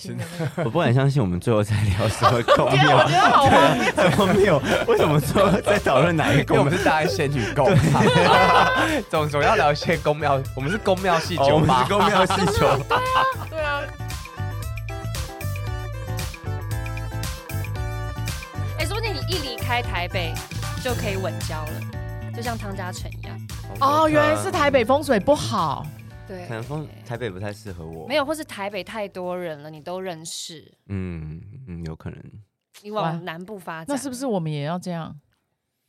新的那个 我不敢相信我们最后在聊什么狗 天啊，我尿觉，得好荒谬。什么谬？为什么最后在讨论哪一 因为个？我们是大安仙女宫嘛，总总要聊一些宫庙，我们是宫庙系哦酒我们吧是，公庙气球。对啊，哎、说不定你一离开台北就可以稳交了，就像汤家成一样。哦，啊原来是台北风水不好。对南方，台北不太适合我。没，有，或是台北太多人了，你都认识，嗯嗯，有可能。你哇往南部发展，那是不是我们也要这样？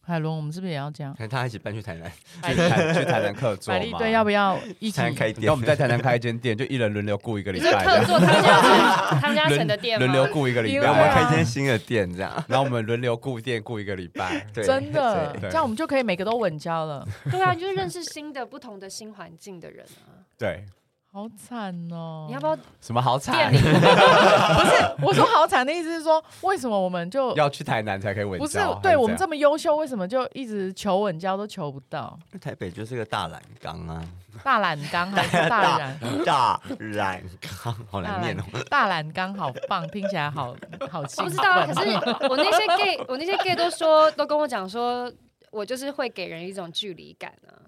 海伦，我们是不是也要这样？可能大家一起搬去台南，去台去台南客座百丽嘛。队要不要一起台？南开店。然后我们在台南开一间店，就一人轮流雇一个礼你说拜客这样，座汤家 成汤家成的店轮吗？流雇一个礼因为没有，我们拜，啊开一间新的店这样。然后我们轮流雇店雇一个礼拜。对，真的， 对这样我们就可以每个都稳交了。对啊，你就是认识新的、不同的新环境的人啊。对，好惨哦！你要 不要什么好店惨啊里？？我说好惨的意思是说，为什么我们就要去台南才可以稳不是交还对我们这这样么优秀，为什么就一直求稳交都求不到？台北就是个大染缸啊，大懒缸还是大染？大染缸，好大难念哦。懒大懒缸好棒，听起来好好兴奋。不知道啊，可是我那些 gay，我那些 gay 都说，都跟我讲说，我就是会给人一种距离感啊。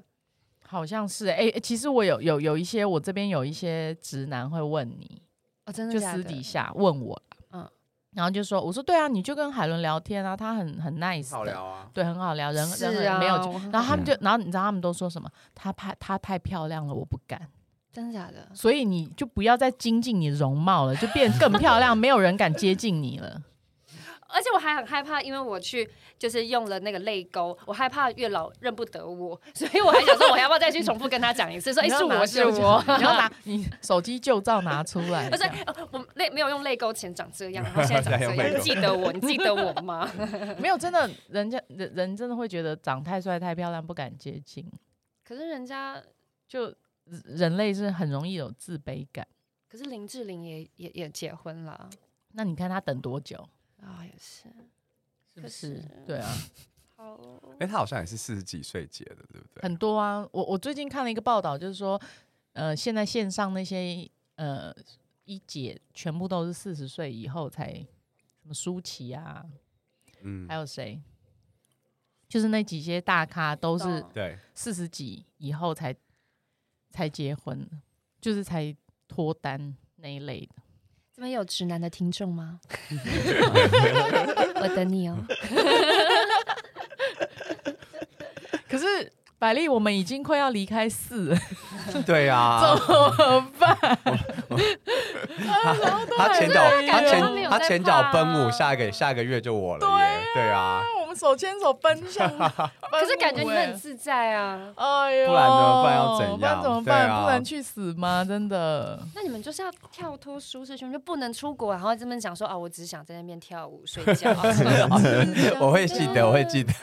好像是哎、欸其实我有有有一些，我这边有一些直男会问你，哦，真的就假私的底下问我，嗯嗯，然后就说，我说对啊，你就跟海伦聊天啊，他很很 nice，好的聊啊，对，很好聊，人人是很啊，没有我然后他们就，然后你知道他们都说什么？她太她太漂亮了，我不敢。真的假的？所以你就不要再精进你容貌了，就变更漂亮，没有人敢接近你 了。而且我还很害怕，因为我去就是用了那个泪沟，我害怕月老认不得我，所以我还想说，我要不要再去重复跟他讲一次，说哎、你要是我拿是旧我， 你要拿你手机旧照拿出来。不是这样呃 我泪没有用泪沟前长这样，然后现在长现在这用样，泪你沟记得我，你记得我吗？ 没有真的，人家人人真的会觉得长太帅太漂亮不敢接近，可是人家，就人类是很容易有自卑感。可是林志玲也也也结婚了那你看他等多久？啊、也是，是不是对啊，好哦，哎，他好像也是四十几岁结的，对不对？很多啊。我我最近看了一个报道，就是说，呃，现在线上那些呃一姐全部都是四十岁以后才什么舒淇啊，嗯还，有谁？就是那几些大咖都是懂对，四十几以后才才结婚，就是才脱单那一类的。这边有直男的听众吗？我等你哦。可是百丽，我们已经快要离开四了，对啊， 怎么办？他前脚还是他感觉前他没有他在前怕脚啊奔五，下一个下一个月就我了耶，对啊，我们手牵手奔 哎向，可可是感觉你们很自在啊，哎呦，不然呢不然要怎样不然怎么对办？啊不能去死吗？真 的，那你们就是要跳脱舒适圈，就不能出国，然后这边讲说啊，我只想在那边跳舞、睡觉。啊 我会记得，我会 记得。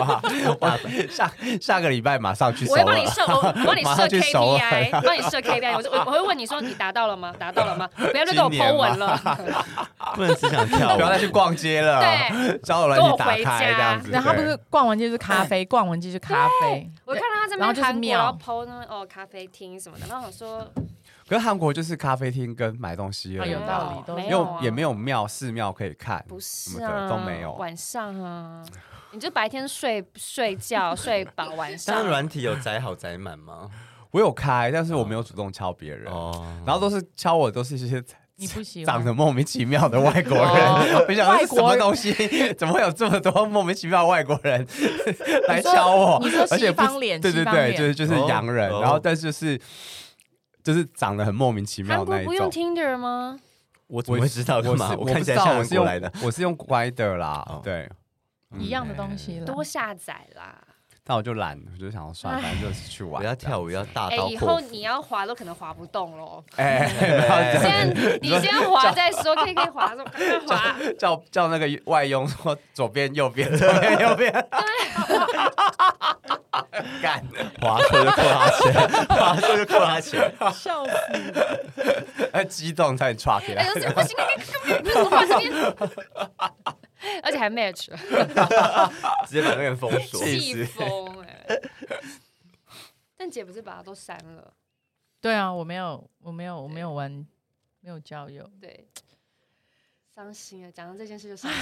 哇，我下下个礼拜马上去首我会帮你尔。设，我 我帮你马设上去啊熟了 KPI，帮你设 KPI。我就我我会问你说你达到了吗？达到了吗？不要再给我今年 Po 文吗了， 不能只想跳不舞要。再去逛街了，对，交友软跟体我打回开家这样子。然后他不对是逛完街就是咖啡，逛完街就咖 啡，我看到他这然后边就是韩国庙然后 PO 那边哦咖啡厅什么的，然后我想说可是韩国就是咖啡厅跟买东西而啊已有啊道理都哎没理因有为啊也没有庙寺庙可以看，不什是么的啊都没有晚上啊，你就白天睡睡觉睡饱，晚但是上软体有载好载满吗？我有开，但是我没有主动敲别人，哦，然后都是敲我都是一些你不啊喜欢长。得莫名其妙的外国哦 人，我想外是什国么人东西？ 怎么会有这么多莫名其妙的外国人 来你说敲我你说？哦而且西不方脸，对对西方对，脸就是就是哦洋人，哦然后但是就是就是长得很莫名其妙韩国那一不用种。 Tinder 吗？我怎么会知道干嘛？是 我不看起来知道像我韩是国用来的，我是用乖的啦 哦，对。嗯一样的东西了。啊多下载啦！但我就懒，我就想要算了，反正就是去玩。我要跳舞，要大哎、刀以阔后 斧。你要滑都可能滑不动喽。哎，现在你先滑再说，可以可以滑，说快滑。 叫叫那个外佣说左边右边左边右 边， 干滑 错就扣他钱，滑错就扣他钱。 笑死！哎激动差点岔开哎，。呦，这不行，你怎么滑这边？而且还 match 了，直接把那个 人 封锁。气疯哎！但姐不是把它都删了？对啊，我没有，我没有，我没有玩没有交友，对，伤心啊！讲到这件事就伤心。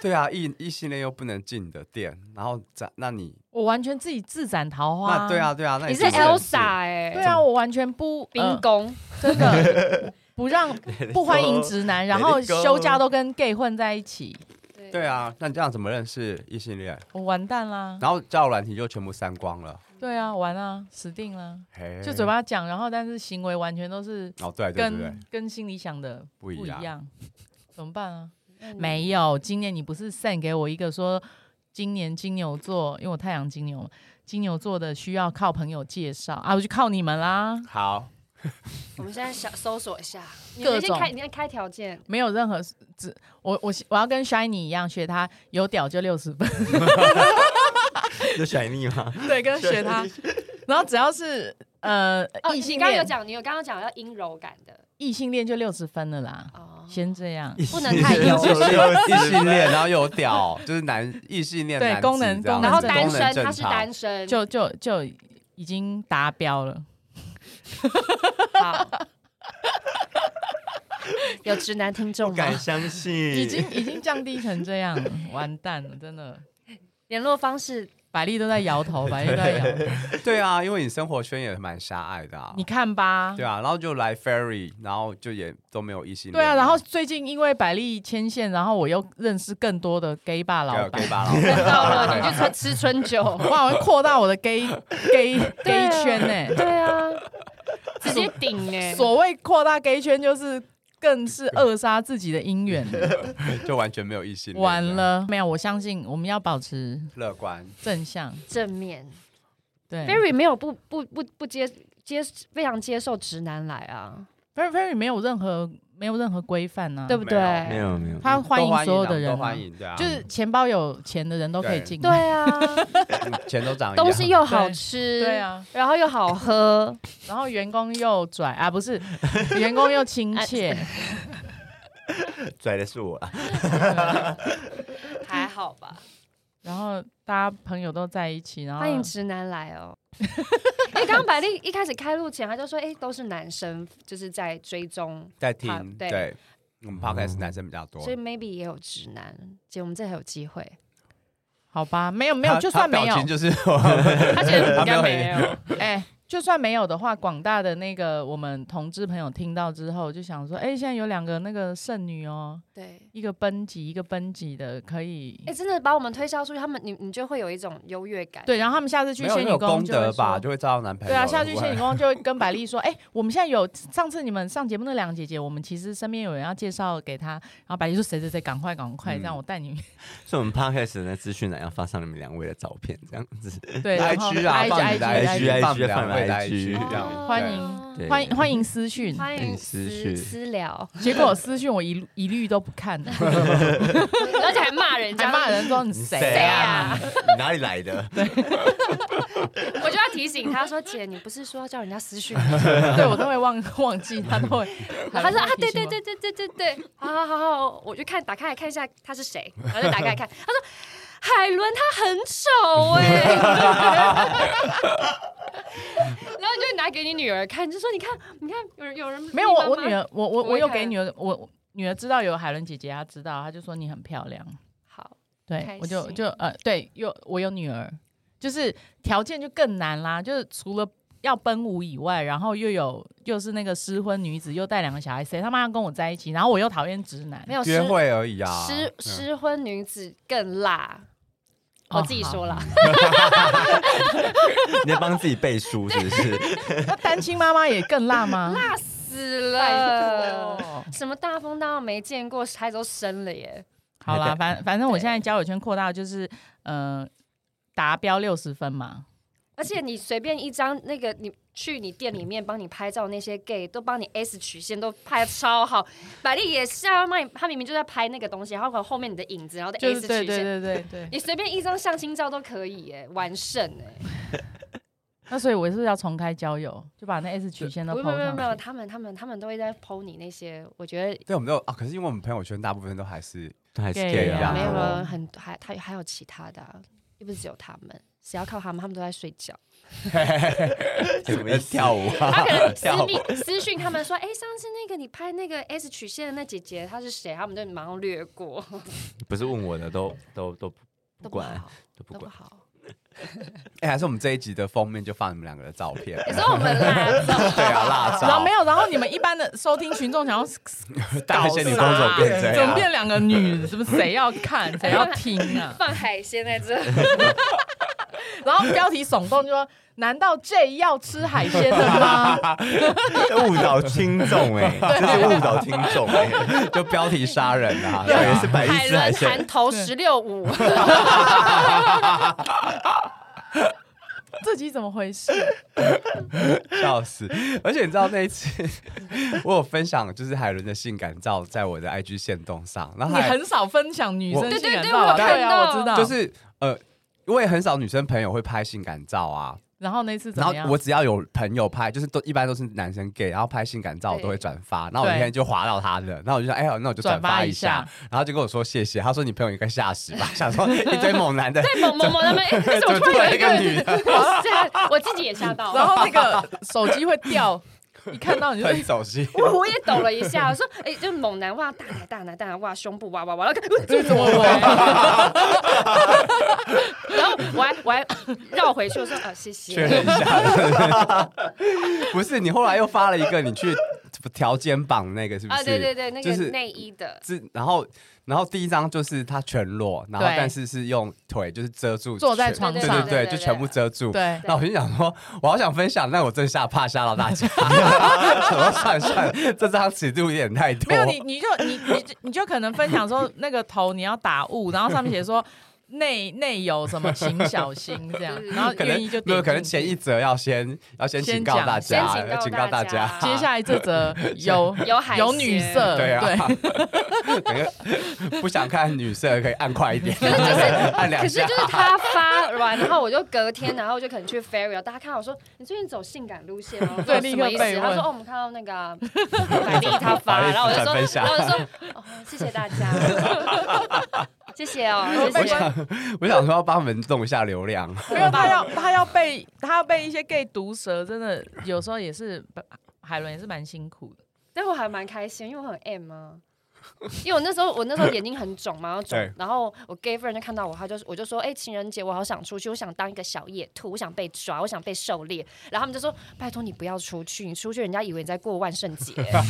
对啊，异异性恋又不能进你的店，然后展，那你我完全自己自斩桃花。那对，啊对啊，那你是就是很 Elsa 哎、对啊，我完全不嗯冰呃宫、真 的不让不欢迎直男，然后 Let it go 休假都跟 gay 混在一起，对，啊，那你这样怎么认识异性恋？我完蛋啦！然后交友软体就全部删光了，对啊，完啦，死定了！嘿就嘴巴讲，然后但是行为完全都是哦，对对对对跟，跟心里想的不一不一样。嗯样，怎么办啊？那你没有，今年你不是 send 给我一个说，今年金牛座，因为我太阳金牛嘛，金牛座的需要靠朋友介绍啊，我就靠你们啦， 好，我们现在想搜索一下，你各们先种开，你先开条件，没有任何只我我我要跟 Shiny 一样学他有屌就六十分，就 选你嘛。 对，跟学他，然后只要是呃哦，异你性刚刚有恋，讲，你有刚刚讲要阴柔感的异性恋就六十分了啦，哦，先这样。不能 太油就是异性 恋，然后又有屌，就是男异性恋对男子功能这功能样子然后正单功能身，正他是常单身，就就就已经达标 了。好。有直男听众不吗敢？相信，已经已经降低成这 样了，完蛋了，真的。联络方式百丽都在摇头，百丽都在摇头。 对啊，因为你生活圈也蛮狭隘的啊你。看吧，对啊，然后就来 Ferry，然后就也都没有异性恋。对啊。然后最近因为百丽牵线，然后我又认识更多的 gay 爸 老对啊板 gay，吧老板，看到了， 你去吃吃春酒。哇，我扩大我的 gay gay 对 gay 啊圈呢、 对啊，直接顶 哎、所谓扩大 gay 圈，就是更是扼杀自己的姻缘，就完全没有异性恋。完，了。没有，我相信我们要保持乐观。正向。正面。对 Ferry 没有不不不不接接非常接受直男来啊， very very 没有任何没有任何规范呐、对不没对？有没有，他欢迎都所有的啊人啊、都欢迎，对啊，就是钱包有钱的人都可以进对来。啊，钱都长一样东西 又好吃，对，啊，然后又好喝，然后员工又拽啊，不是员工又亲 切，拽的是我啊，还好吧？然后大家朋友都在一起，然后欢迎直男来哦。 哎，刚刚百丽一开始开录前，他就说：“哎，都是男生，就是在追踪，在好听，对对。我嗯们 podcast 男生比较多所，以 maybe 也有直男。姐，我们这还有机会。好吧，没有没没有，就算没有，就是 他觉得应该 他没没有有，哎，就算没有的话，广大的那个我们同志朋友听到之后，就想说，哎，现在有两个那个剩女哦， 对。”一个奔级，一个奔级的，可以哎、真的把我们推销出去，他们你你就会有一种优越感。对，然后他们下次去没有仙那女有宫功就会德吧，说就会找到男朋友对了。啊，下去不谢会女工就会跟百丽说：“哎、我们现在有上次你们上节目那两个姐姐，我们其实身边有人要介绍给她。”然后百丽说：“谁谁谁，赶快赶快，嗯这样我带你。是我们 podcast 的那资讯栏要发上你们两位的照片，这样子。 对，然后 IG 啊， IG 放你的 IG IG 放你的放你的 IG， IG 这样哦对欢迎对欢迎欢迎私讯。欢迎迎私私私讯聊，结果私讯我一律一律都不看， 还而且还骂人家，骂人说你谁谁啊啊？你哪里来的？我就要提醒他说：“姐，你不是说要叫人家私讯吗？”对我都会忘忘记，他都会。他说：“啊还会，提对醒对我对对对对对，好好好好，我就看打开来看一下他是谁，然后就打开来看，他说。”海伦他很丑哎、 然后就拿给你女儿看，就说你看，你看有人有人没有我我妈妈女儿，我我我我会有看给女儿，我我女儿知道有海伦姐姐，她知道，她就说你很漂亮。”好，开对，我就心就呃，对，有我有女儿，就是条件就更难啦，就是除了要奔五以外，然后又有又是那个失婚女子，又带两个小孩，谁他妈要跟我在一起？然后我又讨厌直男，没有约失会而已啊，失失婚女子更辣，哦我自己说啦，你在帮自己背书是不是？那单亲妈妈也更辣吗？哦 辣死拜了。托什么大风大浪没见过，孩子都生了耶！好啦，对反反正我对现在交友圈扩大就是，呃，达标六十分嘛，而且你随便一张那个，你去你店里面帮你拍照那些 gay 都帮你 S 曲线都拍的超好，百丽也是啊，妈，他明明就在拍那个东西，然后可能后面你的影子，然后再就 S 是曲对线，对对对 对。你随便一张相亲照都可以耶，完胜哎！ 那所以我是不是要重开交友，就把那 S 曲线都没有抛没有上没有没有，去。他们他们他们都会在 PO 你那些，我觉得对，我们都有啊，可是因为我们朋友圈大部分都还是还是 gay gay 啊啊？没有哦很还他还有其他的啊、又不是只有他们，谁要靠他们？他们都在睡觉。什么意思？跳舞啊，他可能私跳舞密私讯他们说：“哎、上次那个你拍那个 S 曲线的那姐姐，她是谁？”他们就马上略过，不是问我的，都都都都不不管，好，都不都不管。好。哎、还是我们这一集的封面就放你们两个的照 片。也是我们啦，对啊，辣然后照没，有，然后你们一般的收听群众想要大搞仙女啥公主 变怎这么 样，啊变两个女？是不是谁 要看，谁要听啊？放海鲜在这，然后标题耸动就说：“难道 J 要吃海鲜的吗？” 误导听众哎， 啊这是误导听众哎，就标题杀人啊！以为是白海衣之海伦鲜弹头十六五， 这集怎么回事？哎 笑死！而且你知道那一次， 我有分享就是海伦的性感照在我的 IG 线动上，然后你还很少分享女生我性感对对对照啊，我看对啊，到我知道。就是呃，我也很少女生朋友会拍性感照啊。然后那次怎然么样后我？只要有朋友拍，就是都一般都是男生给，然后拍性感照我都会转发。然后我那天就划到他的，然后我就想，哎、呦，那我就转发一转下发。然后就跟我说谢谢，他说你朋友应该吓死吧，想说一堆猛男 的，对，某某某他们，哎、 为什么突然怎么突有一然一个女个人？我吓， 我自己也吓到然 了。后那个手机会 掉，一看到你就很走心。我我也抖了一下，我说，哎、就猛男哇，大奶大奶大奶哇，胸部哇哇呃哇，然后看这怎么回？ 然后我还我还绕回去，我说啊，谢确谢。认一下。 不是，你后来又发了一个，你去调肩膀那个是不是？啊，对对对，那就个是内衣的，是，然后，然后第一张就是他全裸，然后对但是是用腿就是遮住全，坐在床对上对对，就全部遮住。对，那我就想说，我好想分享，但我真吓怕吓到大 家。怎么算算，这张尺度有点太多。没有你，你就你你就你就可能分享说那个头你要打雾，然后上面写说内内有什么请小心这样对，然后可能愿意就没点有，可能进去前一则要先要先先警告讲大先家，警要告警告大大家家。接下来这则有 有海有女鲜色，啊对 啊， 整个不想看女色可以按快一点，是就是按两可是下就。是他发完，然后我就隔天，然后就可能去 ferry，大家看我说你最近走性感路线 吗？我说对什么意立刻思被？问他说哦，我们看到那个 啊百丽他发，百丽然后我就转分说，享然后我就说哦，谢谢大家， 谢谢哦，谢我谢。想我想说要帮我们弄一下流量，没有他要他要被他要被一些 gay 毒舌，真的有时候也是海伦也是蛮辛苦 的。但我还蛮开心，因为我很 M 啊。因为我那时候我那时候眼睛很肿嘛，然后对肿，然后我 gay friend 就看到我，他就我就说，哎、情人节我好想出去，我想当一个小野兔，我想被抓，我想被狩猎。然后他们就说，拜托你不要出去，你出去人家以为你在过万 圣节。对，然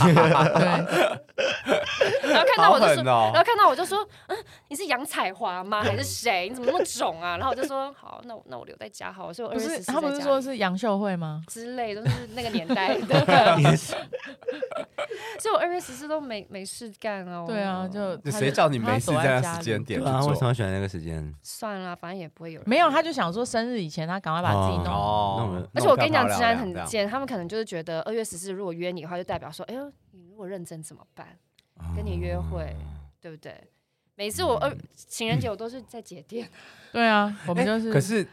后看到好我就说，狠哦然！后看到我就说，嗯，你是杨彩华吗？还是谁？你怎么那么肿啊？然后我就说，好，那我那我留在家好了，所以我二不十是四他不是说是杨秀慧吗？之类，都是那个年代啊 的，所以我二月十四都没没事干哦。对啊，就他就谁叫你没事他躲在在那家时里间点去对啊，为什么做？要选那个时间？算了，反正也不会有人。没有，他就想说生日以前他赶快把自己弄好。哦那我们而且我跟你讲，那直干嘛男聊很这样贱，他们可能就是觉得二月十四如果约你的话，就代表说，哎呦，你如果认真怎么办？啊跟你约会，嗯对不对？每次我二情人节我都是在节 点，对啊，我们就哎是，可是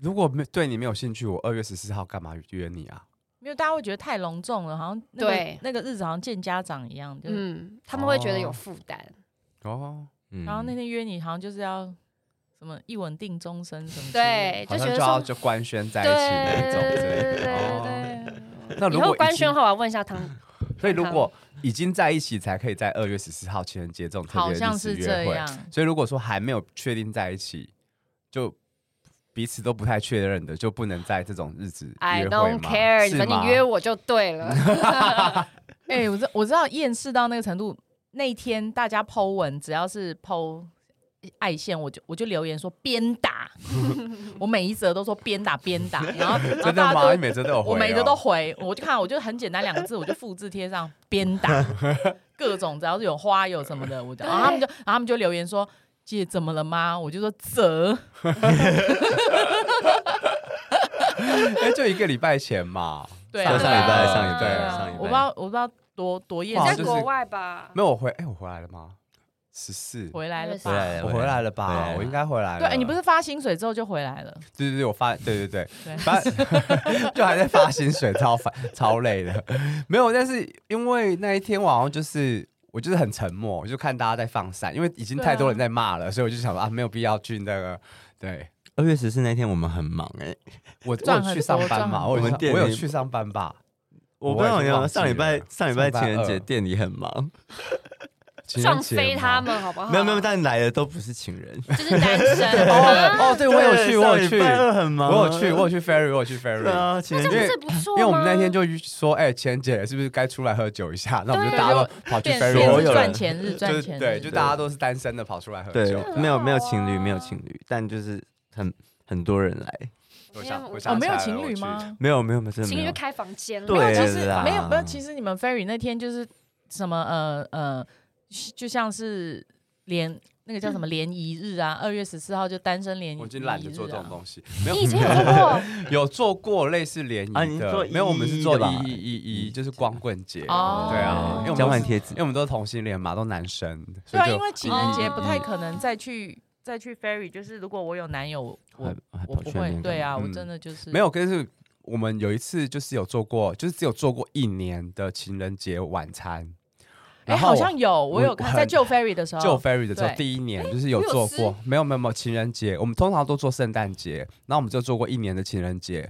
如果没对你没有兴趣，我二月十四号干嘛约你啊？没有大家会觉得太隆重了，好像那个对那个日子好像见家长一样，就是。嗯，他们会觉得有负担。哦，嗯然后那天约你好像就是要什么一吻定终身什么之类对的。，好就像觉得就要说，就官宣在对一起那对种之类对对的。哦，对对。那以如后果官已宣经后，我要问一下唐， 所以如果已经在一起，才可以在二月十四号情人节这种特好别的像日子是约这会样，所以如果说还没有确定在一起，就彼此都不太确认的，就不能在这种日子 I 约会 don't 吗？ care，是反正吗你约我就 对了。哎、我知我知道厌世到那个程度，那一天大家 Po 文，只要是 Po 爱线，我就我就留言说鞭 打，我每一则都说鞭打鞭打，然后然后真的大吗？你家都。每周都有回、哦，我每则都回，我就看，我就很简单两个字，我就复制贴上鞭打，各种只要是有花有什么的，我就然后他们就然后他们就留言说姐怎么了吗？我就说啧，哎、就一个礼拜前嘛。对啊，上上礼拜对啊上礼拜对啊上礼拜我不知道我不知道多多厌哇在世就是国外吧？没有我回，哎、我回来了吗？十四，回来了回吧？我回来了回吧来？了我应该回来了。对，哎你不是发薪水之后就回来了？对对对，我发对对对， 对发就还在发薪水，超烦超累的。没有，但是因为那一天我好像就是我就是很沉默，啊我就看大家在放散，因为已经太多人在骂了，所以我就想说啊，没有必要去那个对。二月十四那天我们很忙哎、我我赚有很去多上班赚嘛，很我有多去我我们有店去上班吧，我不知道我你也有没是忘有记上礼拜了上礼拜上情班人节二店里很忙，情人撞节飞吗他们好不啊好？没有没有，但来的都不是情人。就是单 身。啊哦 哦， 对我有去，我有上去礼，拜二很忙啊，我有去，我有去 ferry，我有去 ferry 对。啊，情那人这不节是不错因为吗？我们那天就说，哎、钱姐是不是该出来喝酒一下？那我们就对大家都跑去变 ferry，变所是有赚人钱日，就赚是钱对，日，就大家都是单身的跑出来喝对酒。很没有哦没有好情侣，没有啊情侣，但就是很很多人来，我想，我哦哦，想没起来有了情侣？吗？没有没有没有，真的情没侣有就。开房间了。对没有，其实啦没有没有，其实你们 ferry 那天就是什么呃呃，就像是联那个叫什么联谊日啊，二月十四号就单身联谊，啊嗯我我已经懒得做这种西。东西，没你以有前有做过？ 有做过类似联谊啊你是做的，没有，我们是一一一的做吧一一一一，就是光棍节。对哦啊，因为我交们换都是贴纸因为，我们都是同性恋嘛，都男生，所对啊，以就嗯因为情人节不太可能哦再去再去 ferry，就是如果我有男友，我还我还我跑不去那会边，对啊，嗯我真的就是没有，可是我们有一次就是有做过，就是只有做过一年的情人节晚餐。哎、然后好像有，我我有看很在旧 ferry 的时候，就 ferry 的时候对第一年就是有我有做吃过，没有没有没有情人节，我们通常都做圣诞节，然后我们就做过一年的情人节，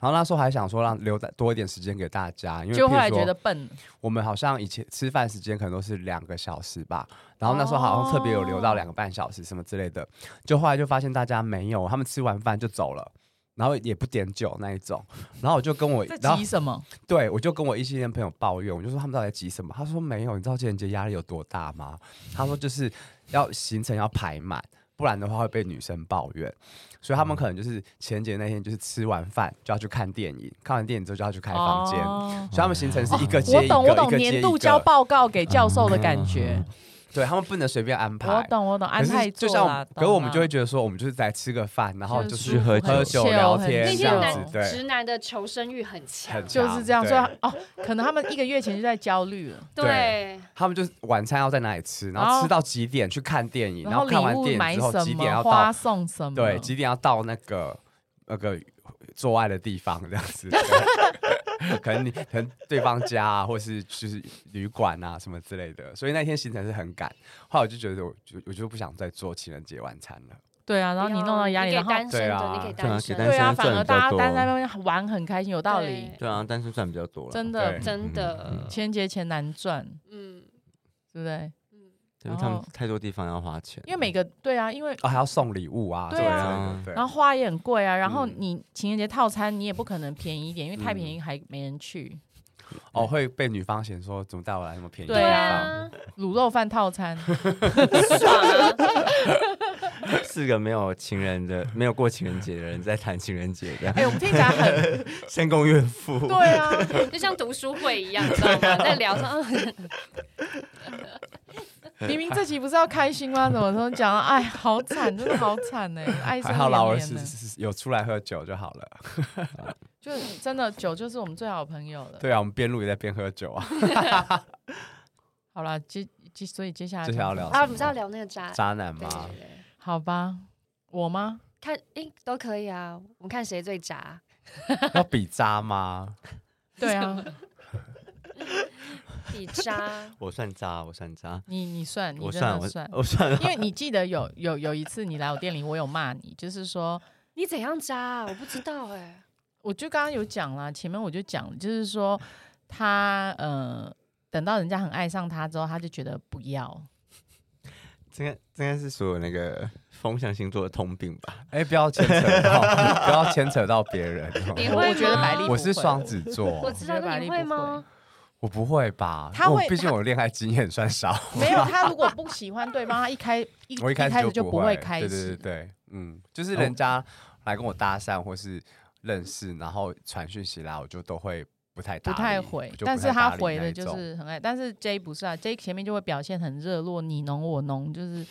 然后那时候还想说让留在多一点时间给大家，因为就后譬来如觉得说笨，我们好像以前吃饭时间可能都是两个小时吧，然后那时候好像特别有留哦到两个半小时什么之类的，就后来就发现大家没有，他们吃完饭就走了。然后也不点酒那一种，然后我就跟我，在然后急什么？对，我就跟我异性恋朋友抱怨，我就说他们到底在急什么？他说没有，你知道情人节压力有多大吗？他说就是要行程要排满，不然的话会被女生抱怨。所以嗯他们可能就是情人节那天就是吃完饭就要去看电影，看完电影之后就要去开房间。哦所以他们行程是一个接我一个，懂，我一懂，个接嗯年一度个交报告给教授的感觉，对他们不能随便安我排。懂，我懂，安嗯可是泰座就像我啦们，可是我们懂就会啦觉得说，我们就是在吃个饭，然后就就是是喝酒喝酒聊 chill，很天那这天样男子，对直男的求生欲很强很，强就是这样，对所以他哦，可能他们一个月前就在焦虑 了，对，他们就是晚餐要在哪里吃，然然后后吃到几点去看电影，然哦后后看完礼电物影买之后什几点么，要花到，送什么，对，几点要到那个那个做爱的地方这样 子。 可能你可能对方家啊，或是就是旅馆啊什么之类的，所以那天行程是很赶。后来我就觉得我就我就不想再做情人节晚餐了。对啊，然后你弄到压力，你然给后单身对的，啊你给对啊单给身单的，对啊，身反赚而比大较家多单在那边玩很开心，有道理对，对啊，单身赚比较多了，真的对真的，千节钱难赚，嗯对不对？嗯，因为他们太多地方要花钱，哦因为每个对啊，因为啊、还要送礼物啊，对什么啊之类的对然后花也很贵啊，然后嗯你情人节套餐你也不可能便宜一点，因为太便宜还没人去。哦会被女方嫌说怎么带我来那么便宜的对地对方，啊，卤肉饭套餐，爽啊！ 四个没有情人的、没有过情人节的人在谈情人节哎、的， 我们听起来 很先供怨妇。对啊，就像读书会一样，你知道吗？在聊上，嗯明明这集不是要开心吗？怎么说讲到哎，好惨，真的好惨 呢、爱生还好老怜二怜是呢，是是有出来喝酒就好了。就是真的酒就是我们最好的朋友了。对啊，我们边录也在边喝酒啊。好了，接接所以接下来接下来要聊啊，我们是要聊那个渣，渣男对吗对？对，好吧，我吗？看，诶，都可以啊，我们看谁最渣。要比渣吗？ 对 啊，比渣，我算渣，我算渣，你你算，你我真算的我算，我算因为你记得有有有一次你来我店里，我有骂你，就是说。你怎样渣、啊？我不知道哎、我就刚刚有讲啦，前面我就讲了，就是说他呃，等到人家很爱上他之后，他就觉得不要。这个这应该是所有那个风象星座的通病吧？哎、不要牵扯到， 不要牵扯到别人哦。你我会我觉得吗百丽不我会是双子我座，知道，那你会吗？我不会吧？他我会毕竟我恋爱经验算少，没有他如果不喜欢对方，他一开一啊 我一开始始就不会会开对始。对对对，嗯，就是人家来跟我搭讪或是认识，然后传讯息来，我就都会不太不搭理，太回我，就不但是太搭他理回那的一就种是很爱，但是 J 不是啊，J 前面就会表现很热络，你侬我侬，就是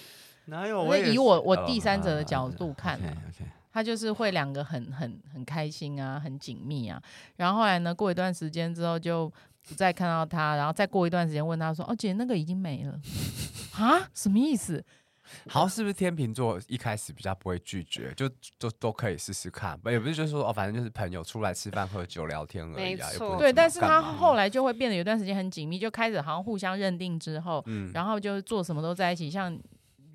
哪哦有那以我我第三者的角度度看、啊， ，OK，他就是会两个很很很开心啊，很紧密啊。然后后来呢，过一段时间之后就不再看到他，然后再过一段时间问他说：“哦，姐，那个已经没了啊？什么意思？好像是不是天秤座一开始比较不会拒绝，就就都可以试试看，也不是就是说哦，反正就是朋友出来吃饭喝酒聊天而已啊，没又错不对，会怎么但是干他嘛后来就会变得有段时间很紧密，就开始好像互相认定之后，嗯然后就是做什么都在一起，像。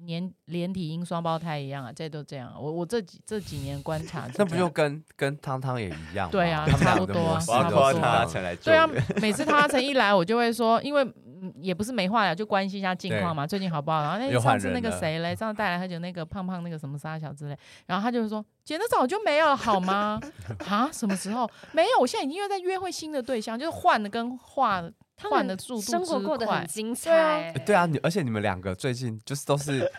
连连体婴双胞胎一样啊，这都这样啊。我我这几这几年观 察是这样，那不就跟跟汤汤也一样吗？对啊他们差两不个多啊模式我要差不夸多他啊。才来救对啊援。，每次他成一来，我就会说，因为嗯也不是没话聊，就关心一下近况嘛，最近好不好？然后那又换上次那人个了谁 嘞，上次带来喝酒那个胖胖那个什么沙小之类，然后他就会说，姐那早就没有了好吗？ 啊，什么时候没有？我现在已经又在约会新的对象，就是换的跟化的他换的们速度生活之过得快很精对啊彩。对啊，你而且你们两个最近就是都是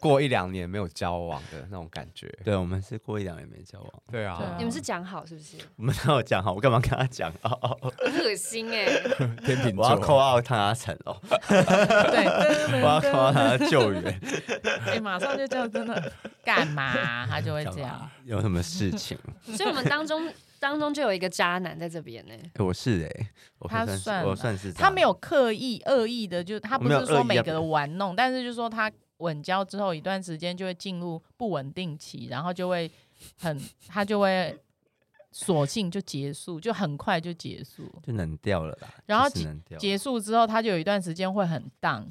过一两年没有交往的那种感觉。对，我们是过一两年没交往，对对啊啊你们是讲好是不是？我们要讲好，我干嘛跟他讲哦哦哦很恶心哎、天秤我要扣座，到他成哦，对，我 要扣到他救援，哎，马上就这样，真 的干嘛？他就会这样。有什么事 情？所以我们当 中当中就有一个渣男在这边呢、哎我是哎，我他算是算我了算是他没有刻意恶意的，就他不没有是说恶意每啊个人玩弄，但是就说他稳交之后一段时间就会进入不稳定期，然后就会很他就会索性就结束，就很快就结束。就冷掉了啦，然后就是冷掉了结束之后，他就有一段时间会很荡，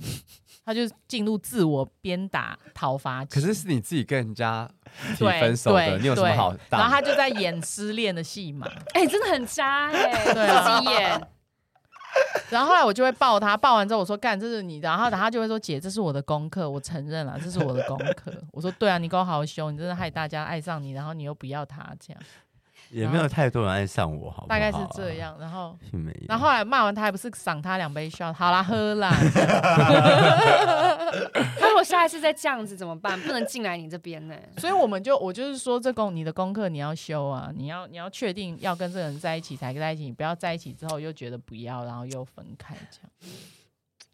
他就进入自我鞭打讨伐期。可是是你自己跟人家提对分手的，对你有什么对好然后打？他就在演失恋的戏嘛。哎、真的很渣哎、对啊自己演， 然后后来我就会抱他，抱完之后我说干，这是你的，然后他就会说姐，这是我的功课，我承认了，这是我的功课。我说对啊，你给我好好修，你真的害大家爱上你，然后你又不要他，这样也没有太多人爱上哦我，好不好？嗯大概是这，样。然后，并没有。然后后来骂完他，还不是赏他两杯 shot，好啦，喝啦。他如果下一次再这样子怎么办？不能进来你这边呢、所以我们就我就是说，这功你的功课你要修啊，你要你要确定要跟这个人在一起才在一起，你不要在一起之后又觉得不要，然后又分开这样。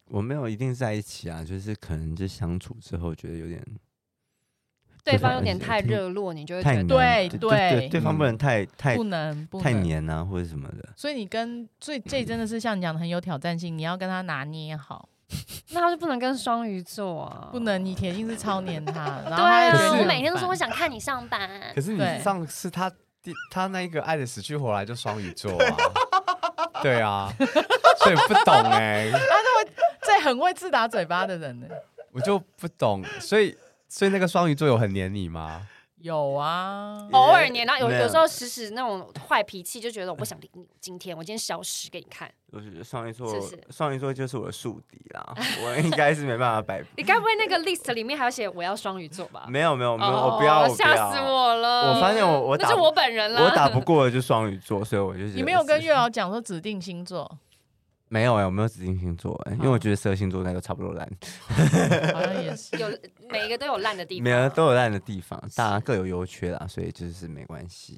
我没有一定在一起啊，就是可能就相处之后觉得有点对方有点太热络，你就会觉太得黏，对对对对，对方不能太太不能不能太黏啊，或者什么的。所以你跟所以这真的是像你讲的很有挑战性，你要跟他拿捏好，那他就不能跟双鱼座啊，不。能你铁定是超黏 他，然对后他就觉得啊，你我很每天都说烦我想看你上 班可，是你对上次他第他那一个爱的死去活来就双鱼座啊， 对啊，所以不懂哎、这很会自打嘴巴的人呢，我就不懂，所以所以那个双鱼座有很黏你吗？有啊，偶尔黏到有没有有时候时时那种坏脾气，就觉得我不想理你，今天我今天消失给你看。我觉得上一座是是上一座就是我的宿敌 啦，我应该是没办法摆。你该不会那个 list 里面还要写我要双鱼座吧？没有没有没有，哦我不要，我不吓死要。我了！我发现我我那打是我本人啦。我打不过的就双鱼座，所以我就觉得你没有跟月老讲说指定星 座，没有哎、我没有指定星座哎、因为好我觉得十二星座那都差不多烂，好像也是。有每一个都有烂的地方，每个都有烂的地方，大家各有优缺啦，所以就是没关系。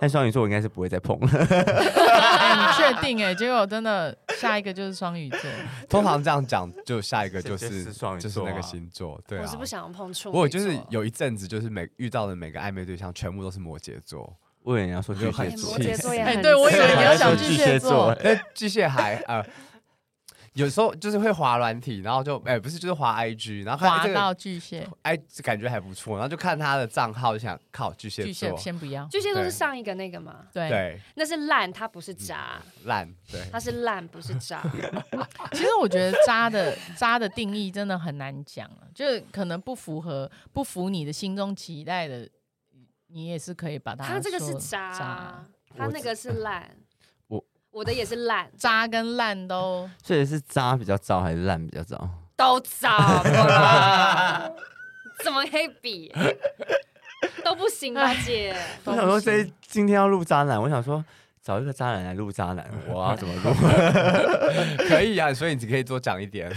但双鱼座我应该是不会再碰了，哎，你确定哎？结果真的下一个就是双鱼 座，通常这样讲，就下一个就就是是双鱼就是那座个啊星座，对啊。我是不想要碰触。不过我就是，有一阵子，就是每遇到的每个暧昧对象，全部都是摩羯座。我以为你要说巨蟹哎座摩，羯 座也哎，很啊对我以为你要讲想巨巨蟹蟹座座，但巨蟹还呃，有时候就是会滑软体，然后就哎、不是就是滑 IG，然后看滑哎这个到巨蟹，哎感觉还不错，然后就看他的账号，就想靠巨蟹巨蟹座，先不要，巨蟹座对是上一个那个吗？对。对那是烂，它不是渣， 烂对。它是烂，不是渣。嗯其实我觉得渣的 渣的定义真的很难讲啊，就是可能不符合不符你的心中期待的，你也是可以把它它这个是说渣渣，它那个是烂。我我的也是烂，渣跟烂都所以是渣比较糟还是烂比较糟？都 糟了，怎么可以比？都不行吧，姐？都我不想说行这一今天要录渣男，我想说找一个渣男来录渣男，我要怎么录？ 可以啊，所以你只可以多讲一点。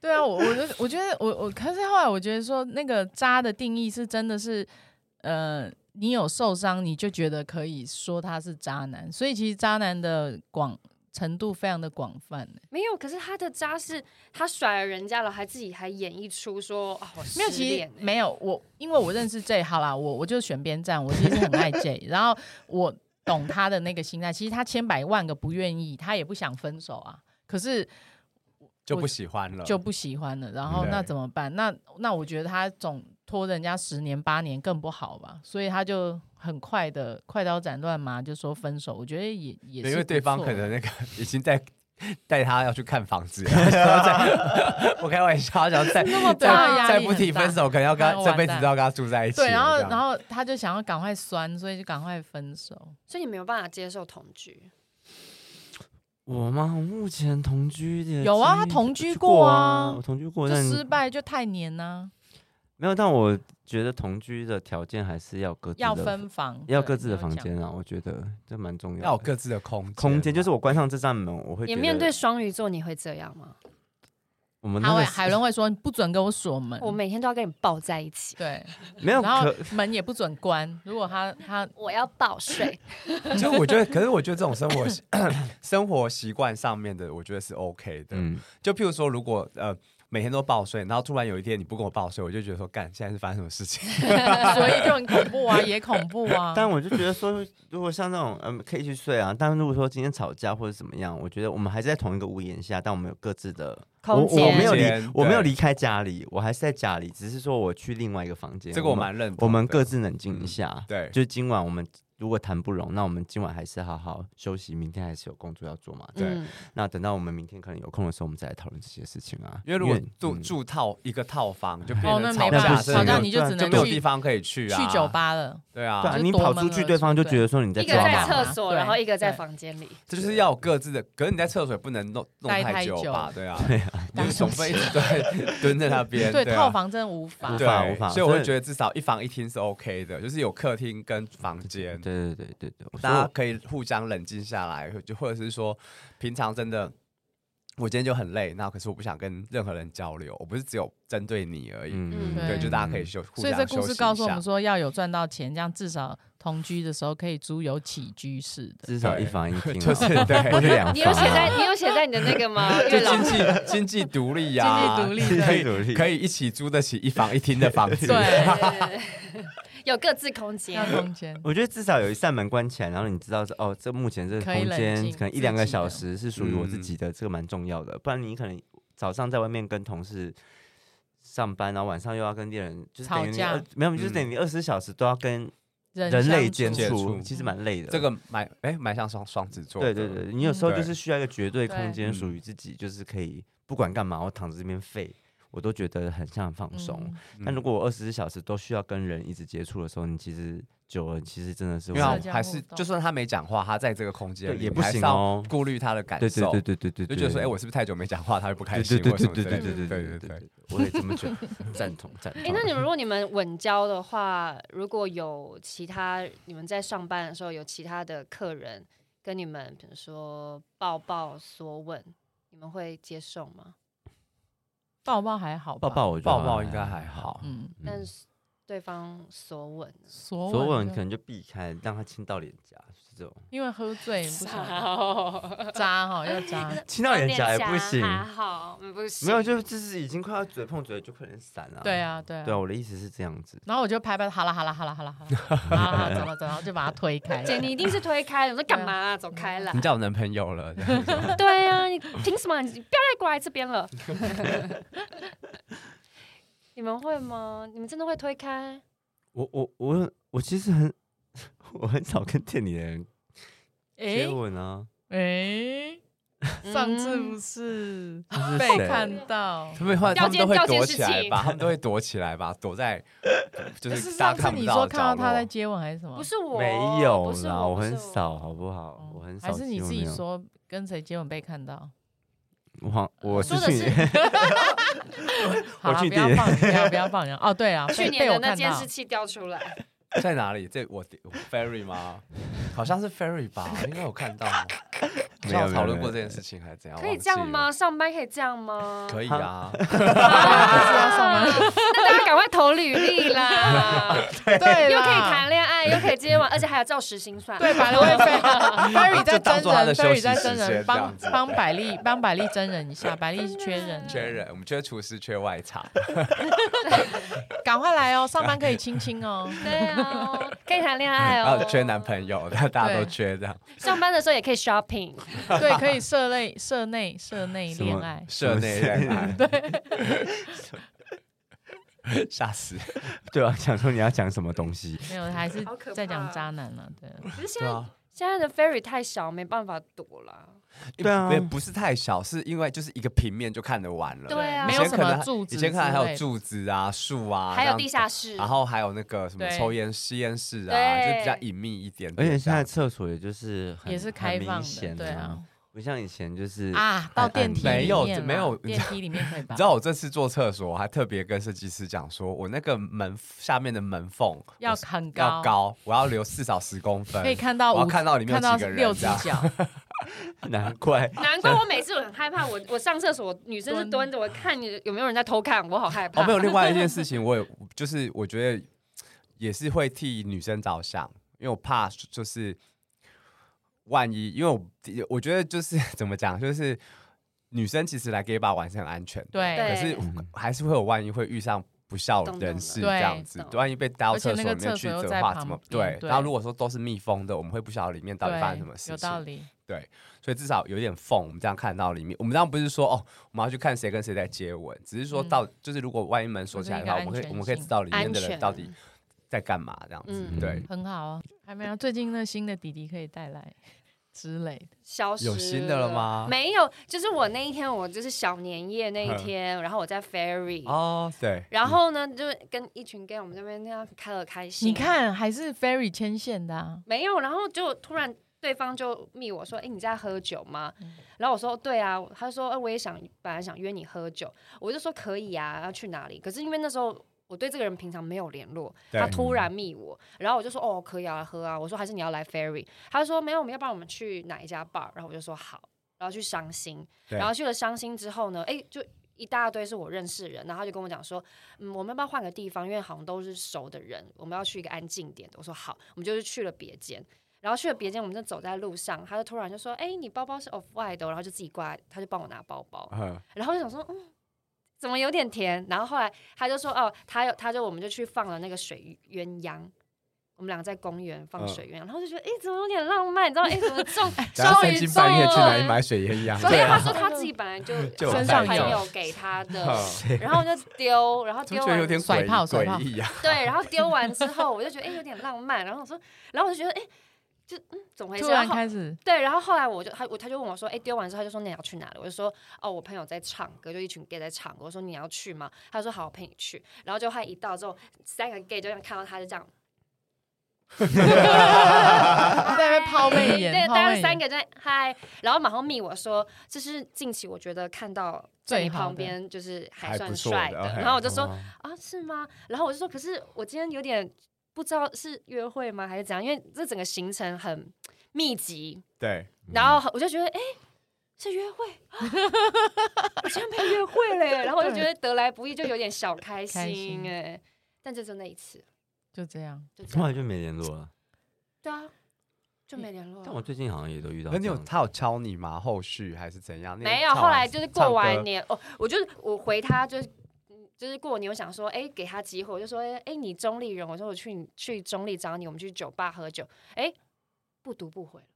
对啊，我我就我觉得我我，可是后来我觉得说那个渣的定义是真的是，呃，你有受伤你就觉得可以说他是渣男，所以其实渣男的广程度非常的广泛、欸。没有，可是他的渣是他甩了人家了，还自己还演绎出说啊，我没有，失其实恋欸没有我，因为我认识 J，好啦，我我就选边站，我其实很爱 J，然后我懂他的那个心态，其实他千百万个不愿意，他也不想分手啊，可是就不喜欢了，就不喜欢了，然后嗯对那怎么办？那那我觉得他总拖人家十年八年更不好吧，所以他就很快的快刀斩乱麻就说分手，我觉得也也是对因为对方不可错能那个已经在带他要去看房子， 然后想要再我开玩笑，想要再那么大的再压再力不很提大分手，可能要跟那他完这蛋辈子都要跟他住在一起了。对，然后这样然后他就想要赶快酸，所以就赶快分手。所以你没有办法接受同居，我吗？我目前同居的有啊经他历同居过过啊啊，我同居过，就但失败就太黏呐、没有。但我觉得同居的条件还是要各自要的分房，要对各自的有房讲间啊，我觉得这蛮重要要有的。各自的空间嘛，空间就是我关上这扇门，我会也觉面得对双鱼座，你会这样吗？我们他那会个海伦会说你不准给我锁门，我每天都要跟你抱在一起，对， 没有然后可 门也不准关。如果他他 我要抱睡，就我觉得，可是我觉得这种生活 生活习惯上面的，我觉得是 OK 的。嗯，就譬如说，如果呃每天都报税，然后突然有一天你不跟我报税，我就觉得说，干，现在是发生什么事情？ 所以就很恐怖啊，也恐怖 啊。但我就觉得说，如果像那种嗯可以去睡啊，但如果说今天吵架或者怎么样，我觉得我们还是在同一个屋檐下，但我们有各自的空我我没有空离间我没有对离开家里，我还是在家里，只是说我去另外一个房间。这个我们蛮认同的。嗯我们各自冷静一下。对就是今晚我们如果谈不拢，那我们今晚还是好好休息，明天还是有工作要做嘛。对嗯，那等到我们明天可能有空的时候，我们再来讨论这些事情啊。因为如果住、嗯住套一个套房，就变哦，那成没吵办架法，是真吵一个，架的你就只就能没有去地方可以去啊，去酒，吧了。对对啊，啊，就你夺跑门出去，而对方就出觉得说你在一个抓在嘛马。厕所，对然后一个在对房间里，这就是要有各自的。可是你在厕所也不能弄弄待太太久久吧？对啊，打就是总不能一直对蹲在那 边。对，啊套房真的无法无。对法无法所以我所会以觉得至少一房一厅是 OK 的，就是有客厅跟房间，对对对对对，大家那可以互相冷静下来，就或者是说，平常真的我今天就很累，那可是我不想跟任何人交流，我不是只有针对你而已。嗯对，对就大家可以休，互所以相这休故息事一告诉我下们说，要有赚到钱，这样至少同居的时候可以租有起居室的。至少一对房 一 厅啊， 就是对或是两你有房写在啊，你有写在你的那个吗？月就老经济经济独立呀、经济独立对经济可以独立可以一起租得起一房一厅的房子。对，对有各自空间要，空间。我觉得至少有一扇门关起来，然后你知道是哦，这目前这个可以空冷间静可能一自两个己小的时是属于我自嗯己的，这个蛮重要的。不然你可能早上在外面跟同事上班，然后晚上又要跟恋人，就是等吵于你架二没有，就是嗯等于二十小时都要跟人人相类接处接触，触其实蛮累的。 这个蛮哎蛮像双双子座对的。对对，你有时候就对是需要一个绝对空对间，嗯属于自己，就是可以不管干嘛，我躺在这边废，我都觉得很像放松。嗯嗯但如果我二十四小时都需要跟人一直接触的时候，你其实久了，其实真的是因会为社我交还互是动就算他没讲话，他在这个空间对里也你不还是行要哦顾虑他的感对对受。对对对对，就觉得说，对哎、我是不是太久没讲话，他会不开对心对或对者什对么之对类对的？对对对对对对对。，我也这么觉得，赞同赞同。哎、那你们如果你们稳交的话，如果有其他你们在上班的时候有其他的客人跟你们，比如说抱抱、索吻，你们会接受吗？抱抱还好吧，抱抱，我觉得抱抱应该还好，嗯，嗯但是对方索吻 呢，索所以我吻可就能就避开，让他亲到脸颊，是这种因为喝醉不想好，扎哈，要扎。亲到脸颊也不行，还好，嗯不行，没有，就就是已经快要嘴碰嘴就快点散了。对，啊，对啊对啊，。我的意思是这样子。然后我就拍拍，好啦好啦好啦好啦好啦，好啦好啦走了走了，就把他推开。姐，你一定是推开了，我说干嘛、啊？走开 了你。叫我男朋友了，这样子对啊，你凭什么？你不要再过来这 边了。你们会吗？你们真的会推开？我我我我其实很 我很少跟店里的人接哎吻啊，哎，上次不是就是 被谁看到？他们会掉他们都会监掉监躲视起来 器吧，他们都会躲起来吧，躲在就就是是大上家次看不你到说的看到角他在落接吻还是什么？哦不是我，没有不是啦，我，不是很少，。好不好？我很少，还是你自己。说跟谁接吻被看到？我好我是呃说的去是年，好啦，我去不要电放 人家，不要放人家。哦，对啊， 去被年被的我那看监到视。器调 哎出来， 在哪里？这我 ferry 吗？好像是 ferry 吧，应该有看到吗？没有好像没有讨论没有过这件事情还是怎样？可以忘记这样了吗？？上班可以这样吗？ 可以啊，啊，那大家赶快投履历 啦！对，又可以。谈恋爱，又可以接吻，而且还有照时薪算。对，百乐 会 Ferry 在就当真做他的人休，Ferry 息在真时间人，这帮样子帮百丽帮百丽真人一下，百丽缺啊人，缺，人，我们缺厨师，缺外场。赶快来哦，上班可以亲亲 哦。对啊，可以谈恋爱然哦 后。缺男朋友，大家都对缺这样。上班的时候也可以 shopping。对，可以社内社内社内什恋么爱，社内恋 爱，对， 吓死！ 对啊，想说你要讲什么东西？没有，还是好可怕哦在讲渣男了。对，可是现对在、啊，现在的 ferry 太小，没办法躲了。对啊也不是太小，是因为就是一个平面就看得完了。对啊没以有前什可么能柱子以前可能之还类有的柱子啊、树啊，这还有样地子下室，然后还有那个什么对抽烟吸烟室啊，对就比较隐秘一点而点这样。且现在厕所也就是很也是开放的，很明显对啊，不像以前就是啊，到很电暗梯没里有面没啦有你电梯里面可以吧？你知道我这次做厕所，我还特别跟设计师讲说，我那个门下面的门缝要我是很要高，高，我要留至少十公分，可以看到我要五看到里面看有到几个六人只这样。脚， 难 怪难怪我每次我很害怕，我 我上厕所，女生是蹲着，我看你有没有人在偷看，我好害怕。哦，没有，另外一件事情，我也就是我觉得也是会替女生着想，因为我怕就是万一，因为我我觉得就是怎么讲，就是女生其实来 gay bar 玩是很安全的，对可是还是会有万一会遇上。不孝懂懂人士懂这样子对，懂万一被带到厕所里而且那面个厕去所又的在话，旁怎么边对？对然后如果说都是密封的，我们会不晓得里面到底发生什么对事情。有道理，所以至少有点缝，我们这样看到里面。我们当然不是说哦，我们要去看谁跟谁在接吻，只是说嗯到、就是如果万一门锁起来的话，就是我一个们可安全性以我们可以知道里面的人到底在干嘛这样子。嗯对，很好啊。 还没有，最近那新的弟弟可以带来之类的，消失有新的了吗没有，就是我那一天，我就是小年夜那一天，然后我在 ferry，、嗯嗯哦，对，然后呢，就是跟一群 gay 我们这边那样开了开心，你看还是 Ferry 牵线的啊，没有，然后就突然对方就密我说：“哎、你在喝酒吗？”然后我说：“对啊。”他说：“哎、我也想，本来想约你喝酒。”我就说：“可以啊，要去哪里？”可是因为那时候。我对这个人平常没有联络，对他突然密我，然后我就说哦可以啊喝啊，我说还是你要来 ferry，他就说没有，我们要不然我们去哪一家 bar，然后我就说好，然后去伤心，对然后去了伤心之后呢，哎就一大堆是我认识的人，然后他就跟我讲说，嗯，我们要不要换个地方？因为好像都是熟的人，我们要去一个安静点的。我说好，我们就是去了别间。然后去了别间，我们就走在路上，他就突然就说：“哎、你包包是 off white 的哦、然后就自己挂，他就帮我拿包包。嗯，然后我就想说，嗯，怎么有点甜？然后后来他就说：“哦，他有，他就我们就去放了那个水鸳鸯。”我们俩在公园放嗯水鸳鸯，然后就觉得哎、怎么有点浪漫？你知道哎、怎么中 然后终三于更中半夜去哪里了？买水烟所以样？他说他自己本来就啊 就有身带上朋有友给他的， 嗯 然后就丢，然后就丢觉得完有点甩诡炮甩炮诡异啊，对，然后丢完之后，我就觉得哎、有点浪漫，然后我说，然后我就觉得哎、就嗯怎么回突事？然后开 始对，然后后来我就他我他就问我说，哎、丢完之后他就说那你要去哪里？我就说哦，我朋友在唱歌，就一群 gay 在唱歌。我说你要去吗？他说好，我陪你去。然后就他一到之后，三个 gay 就这样看到他就这样，在那边抛媚眼对，抛大媚家三眼个在嗨，然后马上密我说，这是近期我觉得看到在最你好旁的边就是还还算不错帅的的， ，OK 然后我就说哦啊是吗？然后我就说，可是我今天有点不知道是约会吗还是怎样，因为这整个行程很密集，对，然后我就觉得哎。是约会，啊我竟然被约会嘞！然后我就觉得得来不易，就有点小开开心心哎。但这就那一次，就这样，就这后样来。就没联络了。对啊，就没联络了。但我最近好像也都遇到那这样你子，有他有敲你吗？后续还是怎样？那个没有，唱后完来就是过唱歌完年哦，我就是我回他就是。嗯就是过年，我想说，哎、给他机会，我就说，哎、你中立人，我说我去你去中立找你，我们去酒吧喝酒，哎、不读不回了。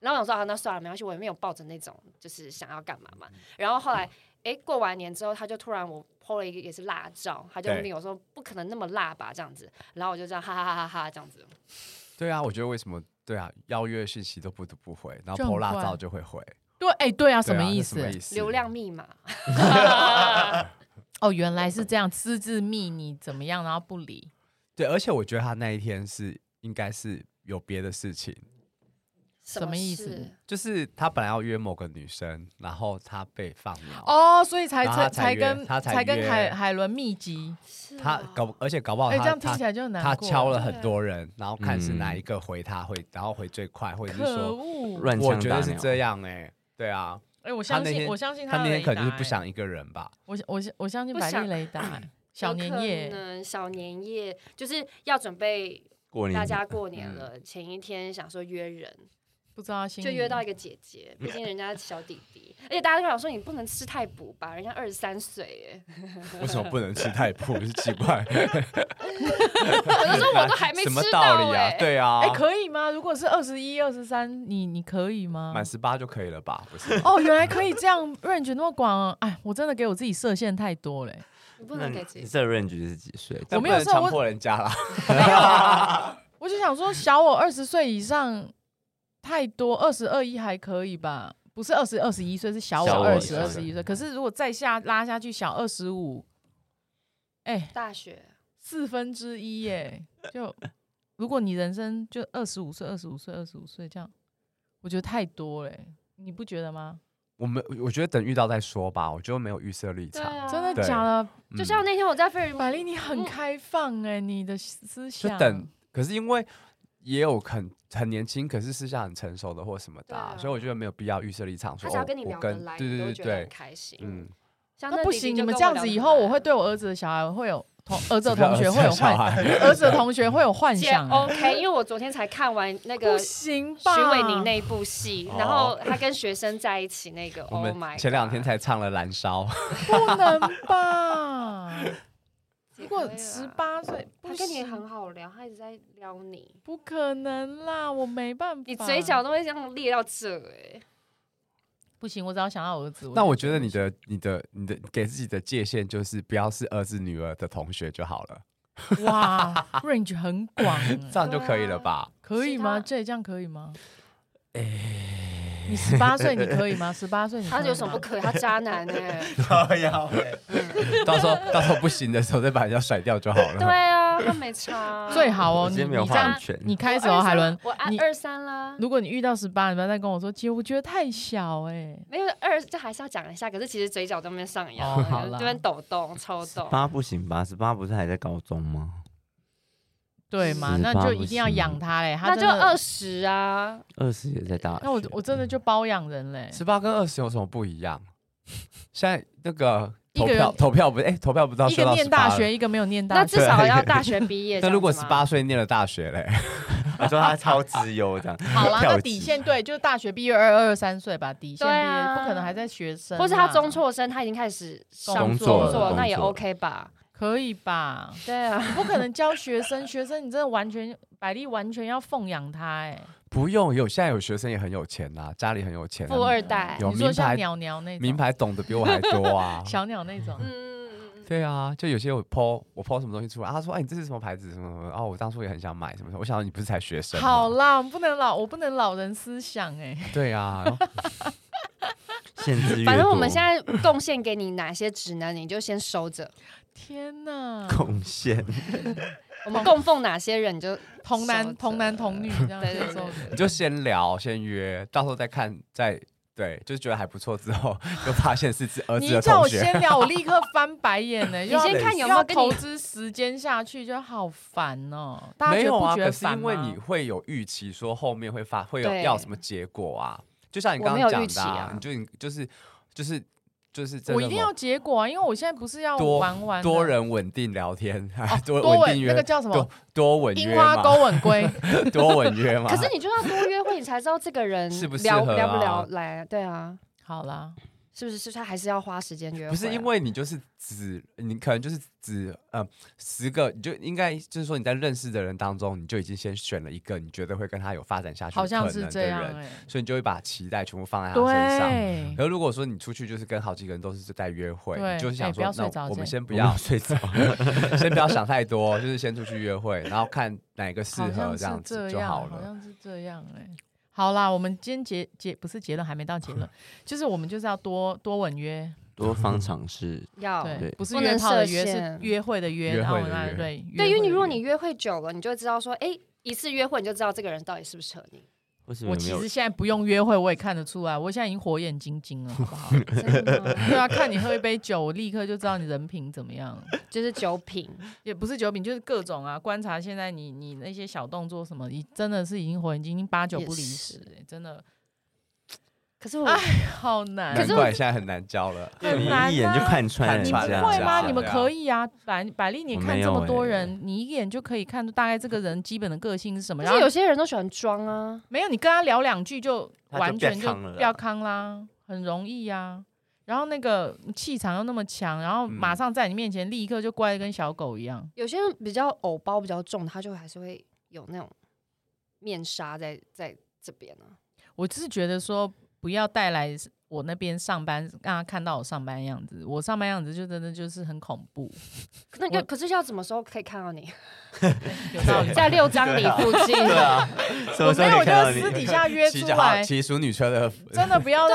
然后我想说，啊，那算了，没关系，我也没有抱着那种就是想要干嘛嘛。嗯然后后来，哎、过完年之后，他就突然我 PO 了一个也是辣照，他就对问我说，不可能那么辣吧，这样子。然后我就这样哈哈哈哈哈这样子，对啊，我觉得为什么对啊，邀约讯息都不得不回，然后就很 PO 辣怪照就会回，对，哎，对啊，对什啊么那意什么思？意思？流量 密码。 哦，原来是这样，私自密你怎么样，然后不理，对，而且我觉得他那一天是应该是有别的事情，什么意思事就是他本来要约某个女生，然后他被放鸟。哦，所以才然后他才才约跟他才才跟约海海伦密集，是他哦搞，而且搞不好哎，这他样听他起来就很难他过敲了对很多人，然后看是哪嗯一个回他会，然后回最快，或者是可说，恶！乱我枪觉打得是鸟，这样哎，对啊，哎，我相那信天我相信他的那天雷可能就达是不哎想一嗯个人吧，我我我相信不百想丽雷达哎小有可年夜，能小年夜就是要准备过年大嗯家过年了，前一天想说约人，不知道心就里约到啊一个姐姐，毕竟人家小弟弟，而且大家都跟我说你不能吃太补吧，人家二十三岁哎， 为什么不能吃太补？是奇怪，我就说我都还 没什么吃道到理啊哎？，对啊哎，，可以吗？如果是二十一、二十三，你你可以吗满？十八就可以了吧？不是吗，哦，原来可以这样 range 那么广哦，哎，我真的给我自己设限太多欸嘞。你不那能你给自己。这 range 是几 岁？但我没不有能说我强迫人家啦。我就想说，小我二十岁以上太多，二十二一还可以吧？不是二十二十一岁，是小我小我二十二小十一岁。可是如果再下拉下去，小二十五，哎，大学四分之一耶！就如果你人生就二十五岁、二十五岁、二十五岁这样，我觉得太多嘞，你不觉得吗？我们我觉得等遇到再说吧，我就没有预设立场。真的对假的？嗯啊就像那天我在菲律嗯百宾，丽，你很开放哎，你的思就想等，可是因为也有很很年轻，可是私下很成熟的或什么的啊、对啊所以我觉得没有必要预设立场说他哦。只要跟你聊我得跟来，对你都对会对觉得很对，开心。嗯，像那啊那不弟弟行，就你们跟这我样聊子得以很后，来我会对我儿子的小孩会有 同儿子的同学会有小幻，孩， 儿子的同学会有 幻姐想啊， OK，因为我昨天才看完那不个徐行吧？伟宁那一部戏，哦然后他跟学生在一起那个我，Oh my！们前两天 God 才唱了《燃烧》不 能吧？如果可以啦十八岁，他不跟你行很好聊，他一直在撩你，不可能啦，我没办法。你嘴角都会这样裂到这 哎、不行，我只要想到儿子。那就我觉得你的、你的、你的给自己的界限就是不要是儿子、女儿的同学就好了，不行 哇，range 很 广欸，这样就可以了吧？可以吗？其他这这样可以吗？你十八岁你可 以吗？十八岁你他可以有什么吗不可以？他渣男哎、 要啊到时候到时候不行的时候再把人家甩掉就好 了。对啊，他没差啊、最好哦，我今你天没有你这话样语，权，你我开始二哦，三海伦。我按你二三啦。如果你遇到十八，你不要再跟我说，姐，我觉得太小哎、没有二，这还是要讲一下。可是其实嘴角都没上扬，哦好啦这边抖动、抽十 动。八不行吧？十八不是还在高中吗？对嘛？那18就不一定要行养他嘞，他那就真的二十啊，二十也在大学。那我我真的就包养人嘞，十八跟二十有什么不一样？现在那个一投个人票投票不是哎、投票不到一个念大学，一个没有念那大学。至 少要大学毕业。那如果这十样子吗八岁念了大学嘞，我说他超自由这样，好啦，那 跳级底线对，就是大学毕业二二三岁吧，底线毕对业、啊不可能还在学生啦，啊或是他中辍生，他已经开始上工作作了工作那也 OK 吧？可以吧？对啊，不可能教学生，学生你真的完全百丽完全要奉养他哎、不用有现在有学生也很有钱啦，家里很有钱、啊，富二代。有你说名像牌鸟鸟那种。名牌懂得比我还多 啊小鸟那种，嗯嗯嗯对啊，就有些我 PO 我 PO 什么东西出来，啊他说哎你这是什么牌子什么什么，哦我当初也很想买什么什么，我想你不是才学生吗好啦，我们不能老我不能老人思想哎、对啊，然后限制越反正我多们现在贡献给你哪些指南，你就先收着； 天哪， 贡献，我们供奉哪些人，你就同守男则同男 同女这样对对接对受。你就先聊先约，到时候再看再对，就觉得还不错之后，就发现是自儿子你的叫同我学。 先聊，我立刻翻白眼 呢、你就要先看有没有要跟投你资时间下去，就好烦哦、大家没觉有得啊，不觉可得是烦因吗？为你会有预期，说后面会发会有对要什么结果啊？就像你我刚没刚有预讲期的、啊你就你就是就是就是真的我一定要结果啊，因为我现在不是要多玩玩的多人稳定聊天， 哦多多稳定稳约，那个叫什么多多稳樱约花嘛，勾吻龟，多稳 约嘛。可是你就要多约会，你才知道这个人适不适聊合啊聊不聊来。对啊，好啦，是不是？是他还是要花时间约会啊？不是因为你就是只你可能就是只呃十个，你就应该就是说你在认识的人当中，你就已经先选了一个你觉得会跟他有发展下去好的可像是能这的样人，哎、所以你就会把期待全部放在他身上。对，可如果说你出去就是跟好几个人都是在约会，对你就是哎想不要说，睡着那我们姐先不不要，睡着。 先不要想太多，就是先出去约会，然后看哪个适好合像是样子就样好好了。像是这样哎、好啦，我们今天结结不是结论，还没到结 论，就是我们就是要多多吻约，多方尝试，要对对，不是不约能炮的设约，是限约会的约，约然后会的那约对对，因为会你的如果约你约会久了，你就会知道说，哎，一次约会你就知道这个人到底适不适合 你。为嗯什么我有没其有实现在不用约会，我也看得出来，我现在已经火眼金睛了，好 不好？真的吗对啊，看你喝一杯酒，我立刻就知道你人品怎么样。就是酒品，也不是酒品，就是各种啊，观察现在你你那些小动作什么，已真的是已经火眼金睛，八九也不离是十、欸真的可是我哎好难。难是怪现在很难教了，因为很难你一眼就啊看穿人你很们烦家，会吗？这样你们可以啊，百百丽，你我看没这么有多欸人，你一眼就可以看出大概这个人基本的个性是什么。可然是后有些人都喜欢装啊，没有，你跟他聊两句就他就完全就变康了啦掉康啦，很容易呀、然后那个气场又那么强，然后嗯马上在你面前立刻就乖的跟小狗一样。有些人比较偶包比较重，他就还是会有那种面纱在在这边呢、啊。我只是觉得说，不要带来我那边上班，让他看到我上班的样子。我上班样子就真的就是很恐怖，那我个可是要怎么时候可以看到你？有道理。 在六张里附近。对啊，什我么时没候有，就可以看到是私底 你？下约骑出脚踏来，骑淑女车的，真的不要啊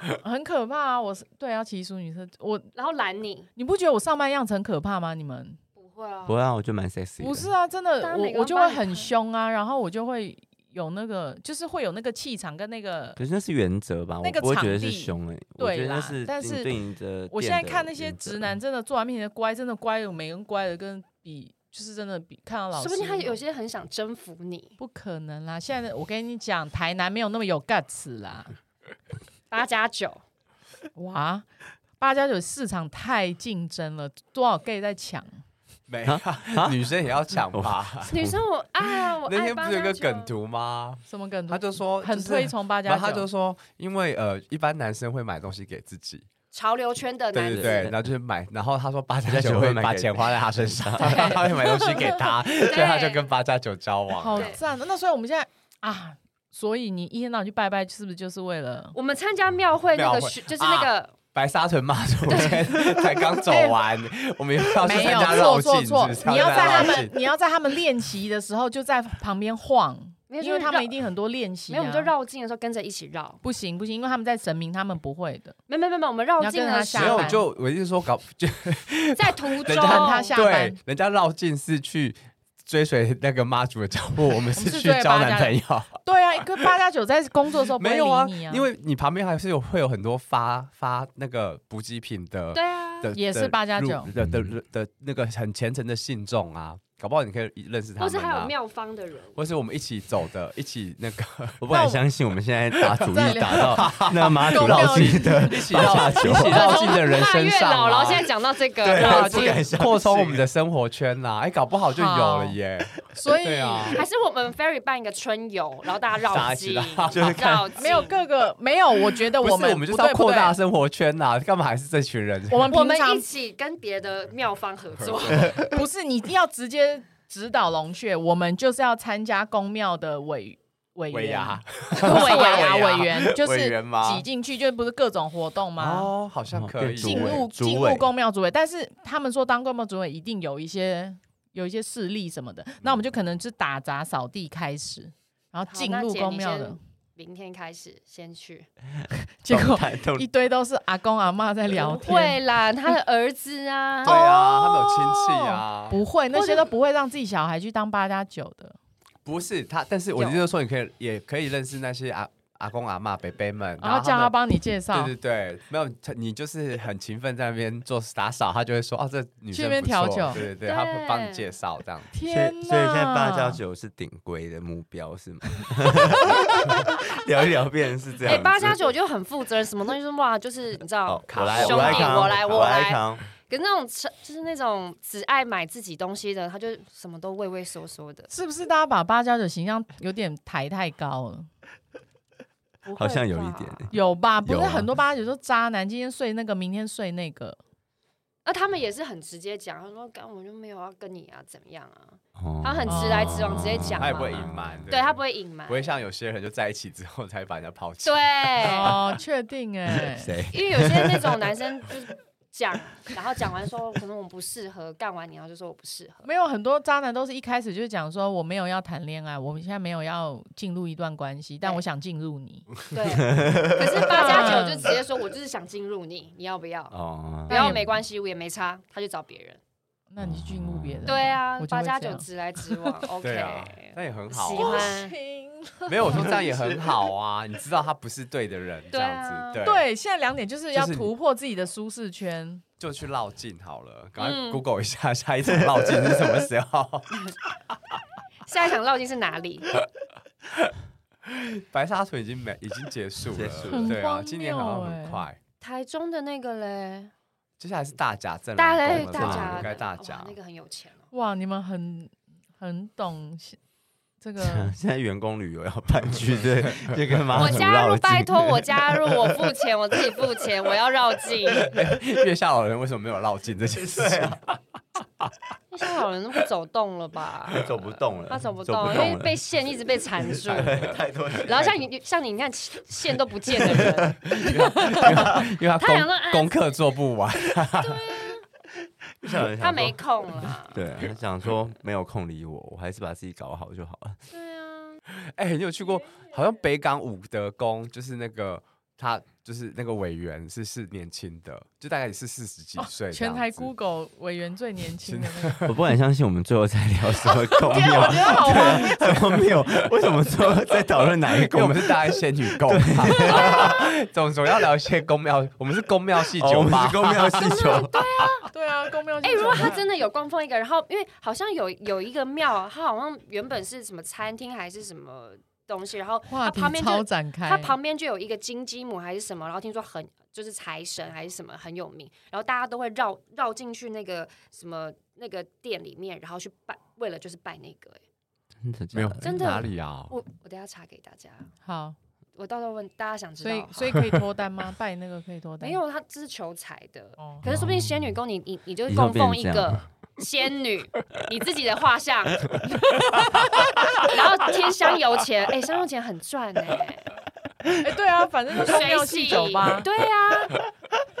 让他，很可怕啊！我是对要骑淑女车，我 然后拦你，你不觉得我上班样子很可怕吗？你们不会啊不会啊，我就蛮 sexy 的。哦不是啊，真的当，然每个我我人就帮会你很看凶啊，然后我就会有那个，就是会有那个气场跟那个。可是那是原则吧，那个我不会觉得场是地凶哎、欸，我对觉得啦那是但你是对你的。我现在看那些直男，，真的坐在面前乖，真的乖的，每个人乖的跟比，就是真的比看到啊老师，说不定他有些很想征服你，不可能啦！现在的我跟你讲，台南没有那么有 guts 啦，八加九，哇！八加九市场太竞争了，多少 gay 在抢？没啊，女生也要抢吧？女生我爱啊，我 那爱天不八是有一加个九。梗图吗？什么梗？他就说很就是推崇八加然九，后他就说，因为呃，一般男生会买东西给自己，潮流圈的男对对子，对，然后就是买，然后他说八加加九九会会买把给钱花在他身 上，他会买东西给 他，所以他就跟八加九交往好了。赞哦！那所以我们现在啊，所以你一天到晚去拜拜，是不是就是为了？我们参加庙会那庙个会啊是就是那个白沙屯妈祖今天 才刚走完，我们又要去哎没啊参有加绕错境错，错是不是，你要在他绕们境，你要在他们练习的时候就在旁边晃，没有因为就是他们绕一定很多练习、啊。没有，我们就绕境的时候跟着一起绕，不行不行，因为他们在神明，他们不会的。没没没没，我们绕你要境跟着的他时下没班有候就我意思说搞就在途中人家喊他下班对，人家绕境是去追随那个妈祖的脚步，我们我们是是去对交八男加朋友。对啊，跟八加九在工作的哦时候不会没理有啊你，因为你旁边还是有会有很多发发那个补给品的，对啊，的也是的8加入9的的的的那个很虔诚的信众啊，搞不好你可以认识他们、或是还有啊，妙方的人，或是我们一起走的， 一起那 个我不敢相信我们现在打主意打到那马祖公绕庙 境的一起绕八加九一起 绕进的人大身月上、老，啊，然后现在讲到这个对绕啊，不境，敢相信扩充我们的生活圈呐、哎、搞不好就有了耶。所以对啊 还是我们 ferry 办一个春游，然后 大大家绕家一起境，绕就是看绕境没有各个没有，我觉得不是，我我们们就是不对要扩大不生活圈呐、干嘛还是这群人？对我们我们平常一起跟别的妙方合 作，不是你一定要直接指导龙穴，我们就是要参加公庙的委委员尾牙 不是 尾牙尾牙委员就啊委是员吗挤进去，就不是各种活动吗？哦，好像哦可变以主进委入主进委入公庙主委，但是他们说当公庙主委一定有一些有一些势力什么的，那我们就可能是打杂扫地开始，然后好进那入姐公你庙先的，明天开始先去。结果动态动一堆都是阿公阿妈哎在聊不 会天，啦，他的儿 子啊对，啊，他们有亲戚啊。不会那些都不会让自己小孩去当八加九的，不是他，但是我有就是说，你可以也可以认识那些阿阿公阿妈、伯伯们，然后后哦叫他们。帮你介绍对对对，没有他你就是很勤奋在那边做打扫，他就会说哦，这女去生那边不错调酒对对对，对他会帮你介绍这样。所以天哪！所以现在八加九是顶规的目标是吗？ 哎聊一聊变成是这样哎，子。八加九就很负责任，什么东西就是哇，就是你知道哦，，我来，兄我来弟扛，我来我来来，扛。跟那种就是那种只爱买自己东西的，他就什么都畏畏缩缩的，是不是大家把八加九形象有点抬太高了？不会好像有一吧点欸有吧？不是有啊很多八加九都渣男，今天睡那个，明天睡那个。那他们也是很直接讲，他说干我就没有要跟你啊，怎么样啊？哦他很直来直往，直接哦讲嘛，他也不会隐瞒，对他不会隐瞒，不会像有些人就在一起之后才把人家抛弃。对， 哦，确定哎、谁？因为有些那种男生就是讲，然后讲完说可能我们不适合，干完你然后就说我不适 合，没有很多渣男都是一开始就讲说我没有要谈恋爱，我们现在没有要进入一段关系，但对我想进入你。对。可是八加九就直接说，我就是想进入你，你要不要？哦不，要没关系，我也没差，他就找别人。那你去进入别人吧。对啊我，就八会这加样九直来直 往嗯对啊，OK，。那也很好喜不欢啊，行。没有我说这样也很好啊，你知道他不是对的人，这对样啊子，对，对，现在两点就是要就是你突破自己的舒适圈。就去绕境好了，赶嗯快 Google 一下下一场绕境是什么时候。下一场绕境是哪里？ 白沙屯已经没已经结束结了，束了很对荒啊，谬今年好像很快。台中的那个嘞，接下来是大甲镇大澜宫了，家大嘛家应该的大哇甲那。个很有钱哦。哇，你们很很懂这个 现在员工旅游要搬去，对，就跟妈我祖加啊绕入，境拜托我加入，我付钱，我自己付钱，我要绕境。 月下老人为什么没有绕境这件事情？那些老人都不走动了吧？ 走不动了，他走不走动，不因为动了，被线一直被缠 住。太多人然后像你像你，你看线都不见的人，因为他他功想说哎啊功课做不完，像有人想他没说空啦。 对， 他想说没有空理我，我还是把自己搞好就好了。对啊， 哎、你有去过？好像北港武德宫，就是那个他，就是那个委员是是年轻的，就大概也是四十哦几岁、全台 Google 委员最年轻的那个，我不敢相信我们最后在聊什么 公天啊，我庙觉，得好荒谬。 什么庙，为什么最后在讨论哪一因为个我哎庙们？是大爱仙女宫， 总总要聊一些宫庙，我们是宫庙系哦酒我们吧，是公庙哦气球，对啊，公 庙。哎、如果他真的有供奉一个，然后因为好像有有一个庙，它好像原本是什么餐厅还是什么东西，然后话它题旁边超就展开，它旁边就有一个金鸡母还是什么，然后听说很就是财神还是什么很有名，然后大家都会绕绕进去那个什么那个店里面，然后去拜，为了就是拜那个、哎 真的假的没有真的哪里啊？我我等一下查给大家，好，我到时候问大家想知道所的以话。所以可以脱单吗？ 拜那个可以脱单？没，有，他这是求财的。哦，可是说不定仙女宫你你你就以后供奉变成这一个 仙女，你自己的画像， 然后贴香油钱，哎、香油钱很赚哎、哎，对啊，反正就是公水庙系洗酒吧。对啊，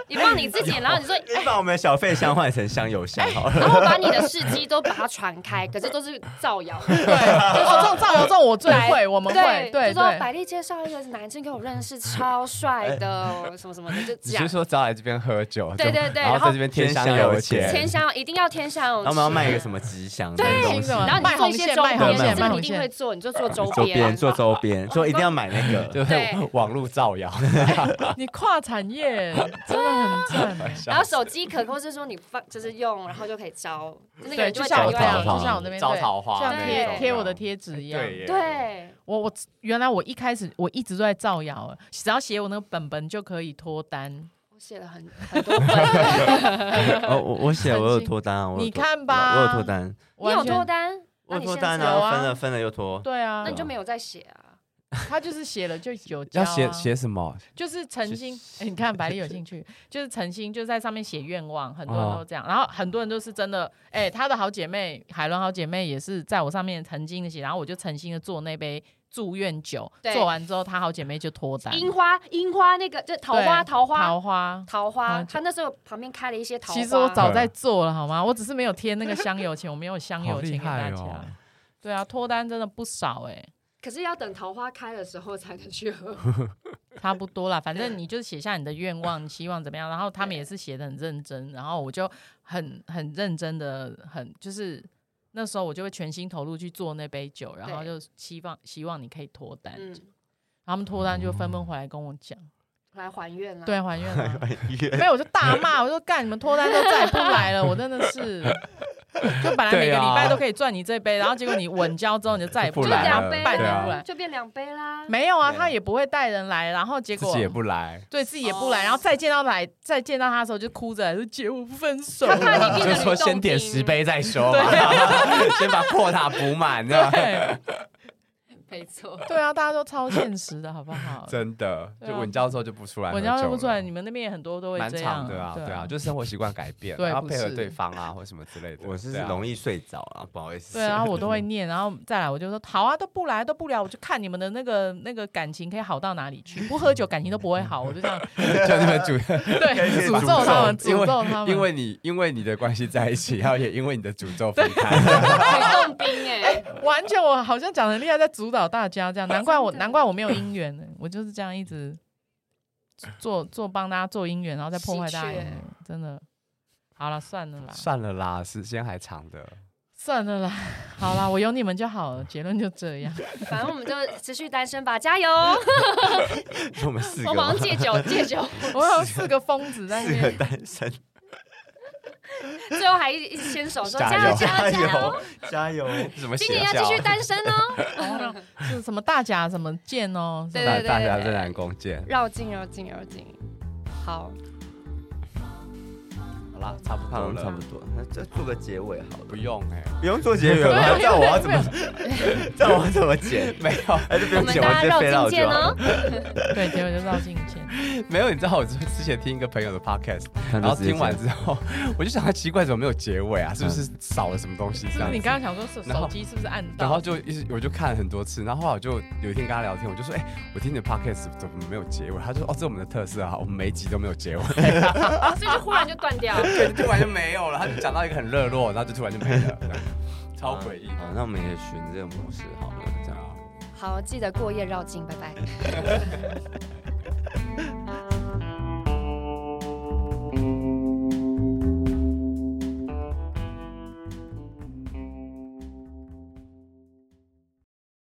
你放你自己，然后你说，你把我们的小费箱换成香油箱好 了。然后把你的事迹都把它传开，可是都是造谣。对，哦，这种造谣这种我最会，我们会， 对就说对。百丽介绍一个男生给我认识，超帅哎的，哦什么什么的，就只讲是说只要来这边喝酒，对对对然然后后在这边添香油钱，天香一定要天香油然后我们要卖一个什钱么吉祥的对东西，然然后你做一些周卖边，红线卖红线这个你一定会做，你就做周周边边。做周边，说一定要买那个， 就是对网络 造谣，你跨产 业真的很赞，然后手机壳，或是说你放，就是用，然后就可以招，就那个对，人就会像打我电这话样，给就你。像我那边招对桃花像那贴种贴我的贴纸一样。耶对，我我原来我一开始我一直都在造谣，哎只要写我那个本本就可以脱单。我写了很很多本。哦，我我写我有脱单啊，我有脱你看吧我有脱单，你有完全脱单？我那有你脱现单在有啊啊，分了分了又 脱，对啊那，你就没有再写啊？他就是写了就有交要啊写写什么？就是诚心，哎你看百丽有兴趣，就是诚心就在上面写愿望，很多哦人都这样，然后很多人都是真的，哎、她的好姐妹海伦好姐妹也是在我上面诚心的写，然后我就诚心的做那杯祝愿酒，对做完之后她好姐妹就脱单，樱花，樱花那个，就桃花，对桃花，桃花。桃花。花他那时候旁边开了一些桃花。其实我早在做了，好吗？我只是没有贴那个香油钱，我没有香好油钱厉给大害家。哦！对啊，脱单真的不少哎、可是要等桃花开的时候才能去喝。差不多啦，反正你就是写下你的愿望，你希望怎么样，然后他们也是写的很认真，然后我就很很认真的，很就是那时候我就会全心投入去做那杯酒，然后就希望希望你可以脱单，嗯，他们脱单就纷纷回来跟我讲，来还愿啦。对，还愿啊哎约没有我就大骂，我说干你们脱单都再也不来了，我真的是，就本来每个对啊礼拜都可以赚你这杯，然后结果你稳交之后你就再也不就来来两了，杯半对年啊不啦，来，就变两杯啦。没有啊，对啊他也不会带人来，然后结自果己也不来，对自己也不来，然哦后再见到来，再见到他的时候就哭着说：“姐，我分手他怕了。你就变得说女先洞点宾十杯再说对嘛， 先把破塔补满，这样对没错。 对啊，大家都超现实的好不好？真的，对啊就稳交之后就不出来，我教认不出来，，你们那边也很多都会蛮这样长的啊，对啊，对就是生活习惯改变，对然后不配合是对方啊，或什么之类的。 我是对啊容易睡着啊，不好意思。对，然后 我都会念，然后再来我就说：好啊，都不来都不聊，我就看你们的那个那个感情可以好到哪里去。不喝酒感情都不会好，我就这样就你们主，对以诅咒他们，因为诅咒他们，因为你因为你的关系在一起，然后也因为你的诅咒分 开，女冻冰哎，完全我好像讲的厉害，在主导大家这样，难怪我真的难怪我没有姻缘呢、我就是这样一直做做帮大家做姻缘，然后再破坏大家姻缘，真的。好了，算了啦，算了啦，时间还长的，算了啦，好啦，我有你们就好了，结论就这样。反正我们就持续单身吧，加油！我们四个我马嘛上戒酒，戒酒，我有四个疯子在那四个边，单身，最后还一一直牵手说加油啊加油加油加油！加油！ 什么今邪年要教继续 单身哦，哦是什么大甲什么剑哦，什对么大对大对家对在南宫见，绕境绕境绕境，好， 好啦，嗯差不好多了，差了不，多，那再做个结尾好不了，用哎，不用做结 尾对吗？啊这样我要怎么没有？这样我要怎么剪？哎没有，还是不 我用们剪，我大直接家绕飞到就境见好哦了。。对，结果就绕境见。没有，你知道我之前听一个朋友的 podcast，然然后听完之后， 我就想他奇怪怎么没有结尾啊？是不是少了什么东西这是不样是子？你刚刚想说手然后手机是不是按到？然后就一直我就看了很多次，然后后来我就有一天跟他聊天，我就说：“哎、我听你的 podcast 怎么没有结尾？”他就说：“哦，这是我们的特色啊，我们每一集都没有结尾， 啊所以就忽然就断掉了。 对，就突然就没有了。”他就讲到一个很热络，然后就突然就没了，这样 啊超诡异。啊好，那我们也循这个模式好了，这样。好，记得过夜绕境，拜拜。